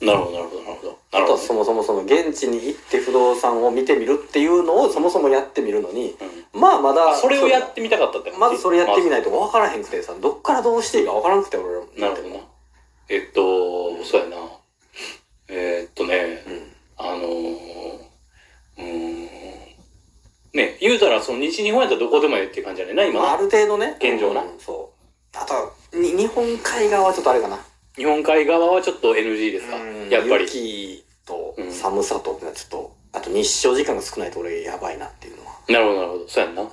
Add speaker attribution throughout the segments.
Speaker 1: なるほど、なるほど、なるほど。な
Speaker 2: あ
Speaker 1: る
Speaker 2: とは
Speaker 1: ほ
Speaker 2: そ
Speaker 1: ど。
Speaker 2: もそもその現地に行って不動産を見てみるっていうのをそもそもやってみるのに
Speaker 1: うん
Speaker 2: まあまだ
Speaker 1: あそれをやってみたかったって
Speaker 2: そ
Speaker 1: 感
Speaker 2: うま
Speaker 1: じ
Speaker 2: ずそれやってみ
Speaker 1: い。
Speaker 2: ないと分からへんくてさどっからどうしていいか分からなくて俺らも
Speaker 1: なるほどな。えっと、そうやな。えーっとね、
Speaker 2: うん
Speaker 1: あのー、うーん。ね、言うたら、その西日本やったらどこでもええっていう感じじゃないな、
Speaker 2: まあ、あ
Speaker 1: 今。
Speaker 2: る程度ね
Speaker 1: 現状な
Speaker 2: うんそうあとはに日本海側はちょっとあれかな
Speaker 1: 日本海側はちょっと NG ですか
Speaker 2: うん
Speaker 1: やっぱり。
Speaker 2: 雪と
Speaker 1: うん
Speaker 2: 寒さとってのはちょっとあと日照時間が少ないと俺やばいなっていうのは
Speaker 1: なるほど、なるほど。そうやんな。
Speaker 2: う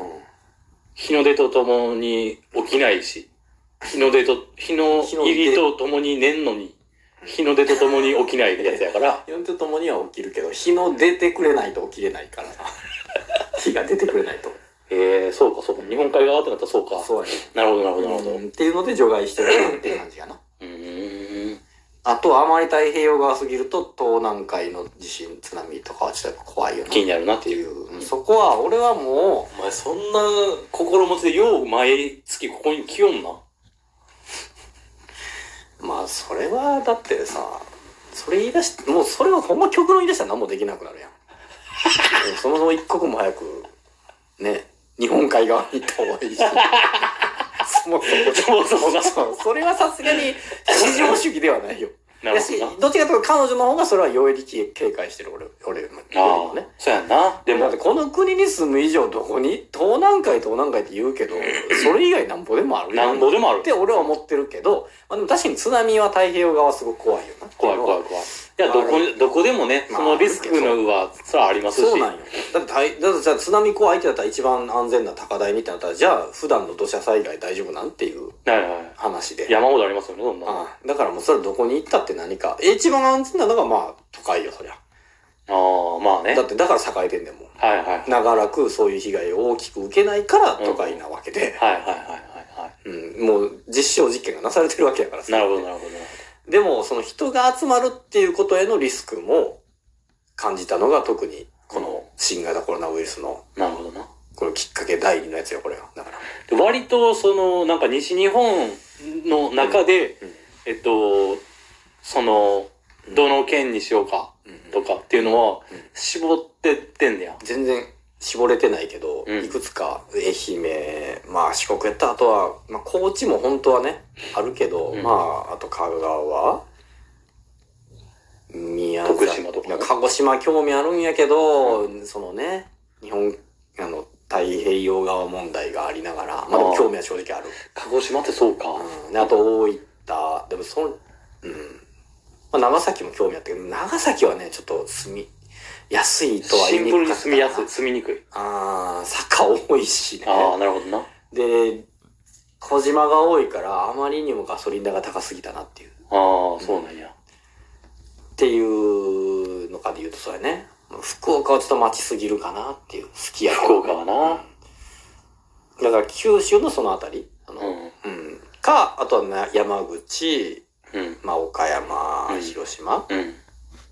Speaker 1: 日の出とともに起きないし、日の出と、日の入りとともに寝んのに、日の出とともに起きないやつやから、
Speaker 2: ん。日とともには起きるけど、日の出てくれないと起きれないからさ。 日が出てくれないと。
Speaker 1: えー、そうか、そうか、日本海側ってなったらそうか。
Speaker 2: そうやね。
Speaker 1: なるほど、なるほど、なるほど
Speaker 2: うんっていうので除外してるなっていう感じかな。。
Speaker 1: うーん。
Speaker 2: あと、あまり太平洋側すぎると、東南海の地震、津波とかはちょっとやっぱ怖いよなっ
Speaker 1: 気になるなって
Speaker 2: て
Speaker 1: い。
Speaker 2: いうう。そこは、俺はも
Speaker 1: お前、そんな心持ちでよう毎月ここに来よんな。
Speaker 2: う、まあ、それは、だってさ、それ言い出し、もうそれはほんま極論言い出したら何もできなくな るやん。もうそもそも一刻も早く、ね、日本海側に行った方がいいし。 そもそも
Speaker 1: そうそうそう。
Speaker 2: そうそれはさすがに至上主義ではないよ。
Speaker 1: なる
Speaker 2: だし
Speaker 1: ほどな。
Speaker 2: どっちかというと彼女の方がそれは容易に警戒してる俺俺より
Speaker 1: あ
Speaker 2: も
Speaker 1: あ
Speaker 2: ね。、
Speaker 1: そうやんな。で
Speaker 2: でもだ
Speaker 1: も
Speaker 2: って、この国に住む以上どこに東南海東南海って言う けどそれ以外なんぼでもあるや
Speaker 1: なんぼでもあ
Speaker 2: っ
Speaker 1: る。
Speaker 2: て俺は思ってるけど、まあ、でも確かに津波は太平洋側すごく怖いよな。
Speaker 1: 怖い怖い怖い。いや、どこに、どこでもね、
Speaker 2: まあ
Speaker 1: そのリスクのは、そらありますし。
Speaker 2: そうなんよ。だって大、だってじゃあ津波怖いってなったら一番安全な高台にってなったら、じゃあ普段の土砂災害大丈夫なんっていう
Speaker 1: はいはい。
Speaker 2: 話で。
Speaker 1: 山ほどありますよね、そんなの。あ
Speaker 2: ああだからもうそれどこに行ったって何か。え一番安全なのがまあ都会よ、そりゃ。
Speaker 1: あ、まあね。
Speaker 2: だってだから栄えてんねんもん。
Speaker 1: はいはい。はい
Speaker 2: 長らくそういう被害を大きく受けないから都会なわけで、
Speaker 1: はいはいはいは
Speaker 2: うんもう実証実験がなされてるわけやから
Speaker 1: い。
Speaker 2: さ。
Speaker 1: なるほどなるほど。
Speaker 2: でもその人が集まるっていうことへのリスクも感じたのが特にこの新型コロナウイルスの
Speaker 1: なるほどな。
Speaker 2: これきっかけ第二のやつよ、これは。だから。
Speaker 1: で割と、その、なんか西日本の中で、
Speaker 2: うんうん
Speaker 1: えっと、その、どの県にしようかとかっていうのは
Speaker 2: うん、
Speaker 1: 絞ってってんねや。
Speaker 2: 全然絞れてないけど、
Speaker 1: うん
Speaker 2: いくつか愛媛まあ四国やったあとは、まあ、高知も本当はねあるけど、
Speaker 1: うん
Speaker 2: まああと香川宮
Speaker 1: 徳島とかね
Speaker 2: 鹿児島興味あるんやけど、そのね日本あの太平洋側問題がありながらまあでも興味は正直ある
Speaker 1: 鹿児島ってそうか。
Speaker 2: うんであと大分でもそのうん、まあ、長崎も興味あったけど長崎はねちょっと住みやすいとは
Speaker 1: シ
Speaker 2: 言
Speaker 1: ン
Speaker 2: いにくか
Speaker 1: プルに
Speaker 2: った
Speaker 1: 住みやすい、住みにくい。
Speaker 2: ああ、坂多いしね。
Speaker 1: ああ、なるほどな。
Speaker 2: で、小島が多いから、あまりにもガソリン代が高すぎたなっていう。っ
Speaker 1: ああ、そうなんや。
Speaker 2: ていうのかで言うとそうやね。福岡はちょっと待ちすぎるかなっていう。好きやけど
Speaker 1: 福岡はな。
Speaker 2: だから九州のそのあたり。あの
Speaker 1: う、ん。
Speaker 2: うん、か、あとはな山口、
Speaker 1: うん。
Speaker 2: まあ岡山、
Speaker 1: うん
Speaker 2: 広島。
Speaker 1: うん。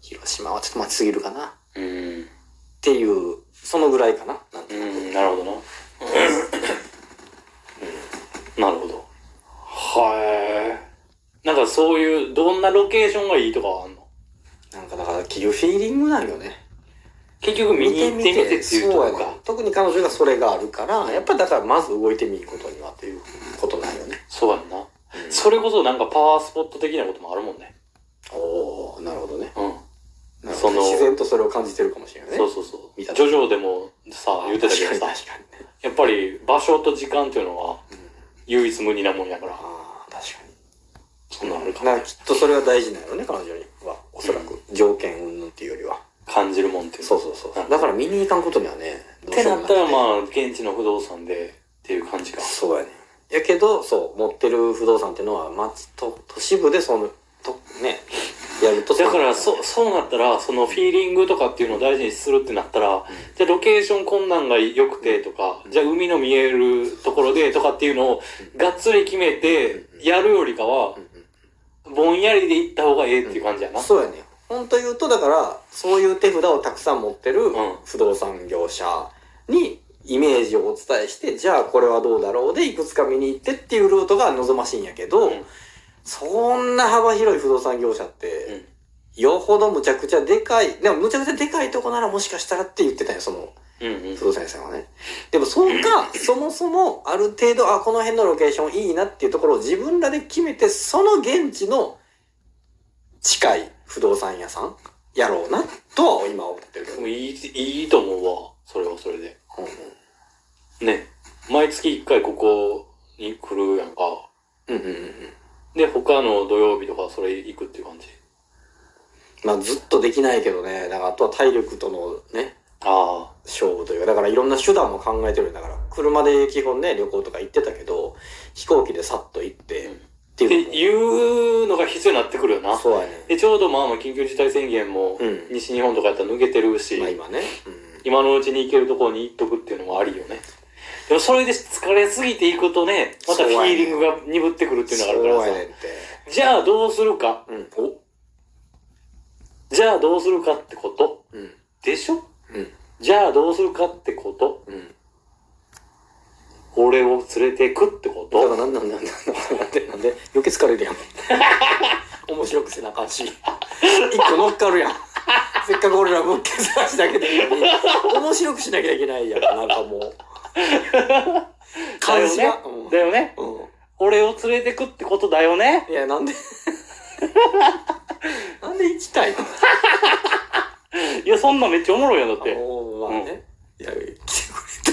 Speaker 2: 広島はちょっと待ちすぎるかな。っ
Speaker 1: うん。
Speaker 2: ていう、そのぐらいかな。なんて
Speaker 1: う
Speaker 2: いうか
Speaker 1: ん、なるほどな。なるほど。はえ。なんかそういう、どんなロケーションがいいとかはあんの
Speaker 2: なんかだから、結局フィーリングなんよね。
Speaker 1: 結局見に行ってみてっていうと
Speaker 2: そうや
Speaker 1: こ
Speaker 2: ね
Speaker 1: か。
Speaker 2: 特に彼女がそれがあるからやっぱりだからまず動いてみることにはということなんよね、
Speaker 1: そうやんな。それこそなんかパワースポット的なこともあるもんね。
Speaker 2: おおなるほどね
Speaker 1: うん。
Speaker 2: なる
Speaker 1: そ
Speaker 2: ほ
Speaker 1: の
Speaker 2: ど自然とそれを感じてるかもしれないね
Speaker 1: そうそうそう。
Speaker 2: 見
Speaker 1: ジ
Speaker 2: た
Speaker 1: ョジョでもさ、言ってたけど
Speaker 2: 確か
Speaker 1: さ
Speaker 2: に、確かにね、
Speaker 1: やっぱり場所と時間っていうのは
Speaker 2: うん、
Speaker 1: 唯一無二なもんやから、
Speaker 2: ああ確かに
Speaker 1: そんなんあるか
Speaker 2: なんかきっとそれは大事なのね彼女にはおそらく、条件云々っていうよりは
Speaker 1: 感じるもんっていうの
Speaker 2: そ
Speaker 1: は
Speaker 2: うそうそう
Speaker 1: うん
Speaker 2: だから見に行かんことにはねど
Speaker 1: っ
Speaker 2: うしてよ
Speaker 1: な
Speaker 2: うもく
Speaker 1: った
Speaker 2: て
Speaker 1: らまあ、現地の不動産でっていう感じか。
Speaker 2: そうやねやけどそう持ってる不動産っていうのは町と都市部でそのとねやると
Speaker 1: だから
Speaker 2: う
Speaker 1: そそうなったらそのフィーリングとかっていうのを大事にするってなったら、じゃあロケーション困難が良くてとか、じゃあ海の見えるところでとかっていうのをがっつり決めてやるよりかは
Speaker 2: うんうん
Speaker 1: ぼんやりで行った方がええっていう感じやな、
Speaker 2: そうやね本当言うとだからそういう手札をたくさん持ってる
Speaker 1: ん
Speaker 2: 不動産業者にイメージをお伝えしてじゃあこれはどうだろうでいくつか見に行ってっていうルートが望ましいんやけど、
Speaker 1: うん
Speaker 2: そんな幅広い不動産業者ってよほどむちゃくちゃでかい、でもむちゃくちゃでかいとこならもしかしたらって言ってたよ、その、
Speaker 1: うんうん。
Speaker 2: 不動産屋さんはね。でもそんか、そもそもある程度、あ、この辺のロケーションいいなっていうところを自分らで決めて、その現地の近い不動産屋さんやろうな、とは今思ってるけ
Speaker 1: で
Speaker 2: ど。
Speaker 1: もいい、いいと思うわ。それはそれで。
Speaker 2: うん
Speaker 1: ね。毎月1回ここに来るやんか。
Speaker 2: うんうんうんうん。
Speaker 1: で、他の土曜日とかそれ行くっていう感じ。
Speaker 2: まあずっとできないけどね、だからあとは体力とのね、
Speaker 1: あ
Speaker 2: 勝負というか、だからいろんな手段も考えてるんだから、車で基本ね、旅行とか行ってたけど、飛行機でさっと行って、
Speaker 1: うん
Speaker 2: って
Speaker 1: あ。って
Speaker 2: いう
Speaker 1: いうのが必要になってくるよ
Speaker 2: のも
Speaker 1: な。
Speaker 2: そうやね。
Speaker 1: で、ちょうどまあまあ緊急事態宣言も
Speaker 2: うん。
Speaker 1: 西日本とかやったら抜けてるし、
Speaker 2: まあ今ね。
Speaker 1: 今のうちに行けるところに行っとくっていうのもありよね。でもそれで疲れすぎていくとね、またフィーリングが鈍ってくるっていうのが
Speaker 2: そう
Speaker 1: あるから
Speaker 2: や
Speaker 1: さ。
Speaker 2: ねんって。
Speaker 1: じゃあどうするか。
Speaker 2: うん。お
Speaker 1: じゃあどうするかってこと。
Speaker 2: うん。
Speaker 1: でしょ
Speaker 2: うん。
Speaker 1: じゃあどうするかってこと。
Speaker 2: うん。
Speaker 1: 俺を連れてくってこ
Speaker 2: だから
Speaker 1: と。
Speaker 2: なんなんなんなんなんで、なんで、余計疲れるやん。 面白くせなあかんし。一個乗っかるやん。せっかく俺ら物件探しだけでいいのに、面白くしなきゃいけないやん。なんかもう。感じ
Speaker 1: だよ
Speaker 2: が。
Speaker 1: ね。だよね。
Speaker 2: うん。うん
Speaker 1: 俺を連れてくってことだよね。
Speaker 2: いや、なんで なんで行きたいの
Speaker 1: いや、そんなめっちゃおもろいやんだって。
Speaker 2: おまあね。いや、来てく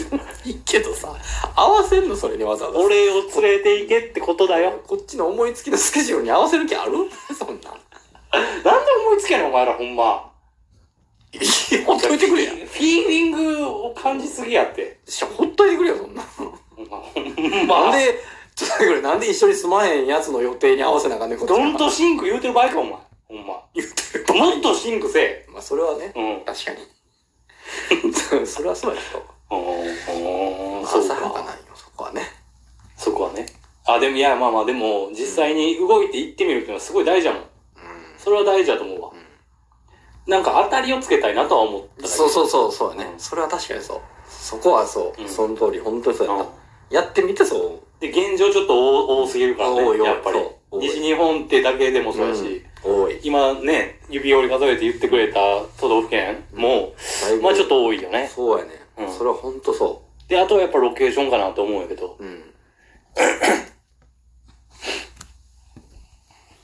Speaker 2: れてもいいけどさ、合わせんのそれにわざわざ。
Speaker 1: 俺を連れて行けってことだよ。
Speaker 2: こっちの思いつきのスケジュールに合わせる気ある そんな。
Speaker 1: なんで思いつけないお前らほんま。
Speaker 2: いやほっといてくれや。い
Speaker 1: フィーリングを感じすぎ やって。
Speaker 2: やほっといてくれよ、そんな。
Speaker 1: ほん
Speaker 2: な
Speaker 1: ま
Speaker 2: ん。で、ちょっと待ってくれ、なんで一緒に住まへんやつの予定に合わせなあかんねん、こっちが
Speaker 1: ドンとシンク言うてる場合か、お前。ほんま。
Speaker 2: 言ってる。
Speaker 1: もっとシンクせ
Speaker 2: まあ、それはね
Speaker 1: え。。うん。
Speaker 2: 確かに。それはそうやけど。
Speaker 1: おー
Speaker 2: 朝
Speaker 1: そう
Speaker 2: はかな
Speaker 1: か。
Speaker 2: いよ、そこはね。
Speaker 1: そこはね。あ、でも、いや、まあまあ、でも、実際に動いて行ってみるっていうのはすごい大事だもん。
Speaker 2: うん
Speaker 1: それは大事だと思うわ。なんか当たりをつけたいなとは思っただけ
Speaker 2: そうそうそう、そうやね
Speaker 1: う。ん
Speaker 2: それは確かにそう。そこはそう。
Speaker 1: うん
Speaker 2: その通り、本当にそうや
Speaker 1: う
Speaker 2: っ
Speaker 1: ん
Speaker 2: た。やってみてそう。
Speaker 1: で、現状ちょっと多多すぎるから
Speaker 2: 多い
Speaker 1: ね、
Speaker 2: 多い
Speaker 1: やっぱり
Speaker 2: そう。多い
Speaker 1: 西日本ってだけでもそうや
Speaker 2: うん
Speaker 1: し、
Speaker 2: 多い。
Speaker 1: 今ね、指折り数えて言ってくれた都道府県も、
Speaker 2: だいぶ
Speaker 1: まあちょっ。と多いよね。
Speaker 2: そうやね
Speaker 1: う。ん
Speaker 2: それは本当そ
Speaker 1: で、あとはやっぱロケーションかなと思うんやけど、
Speaker 2: う。うん。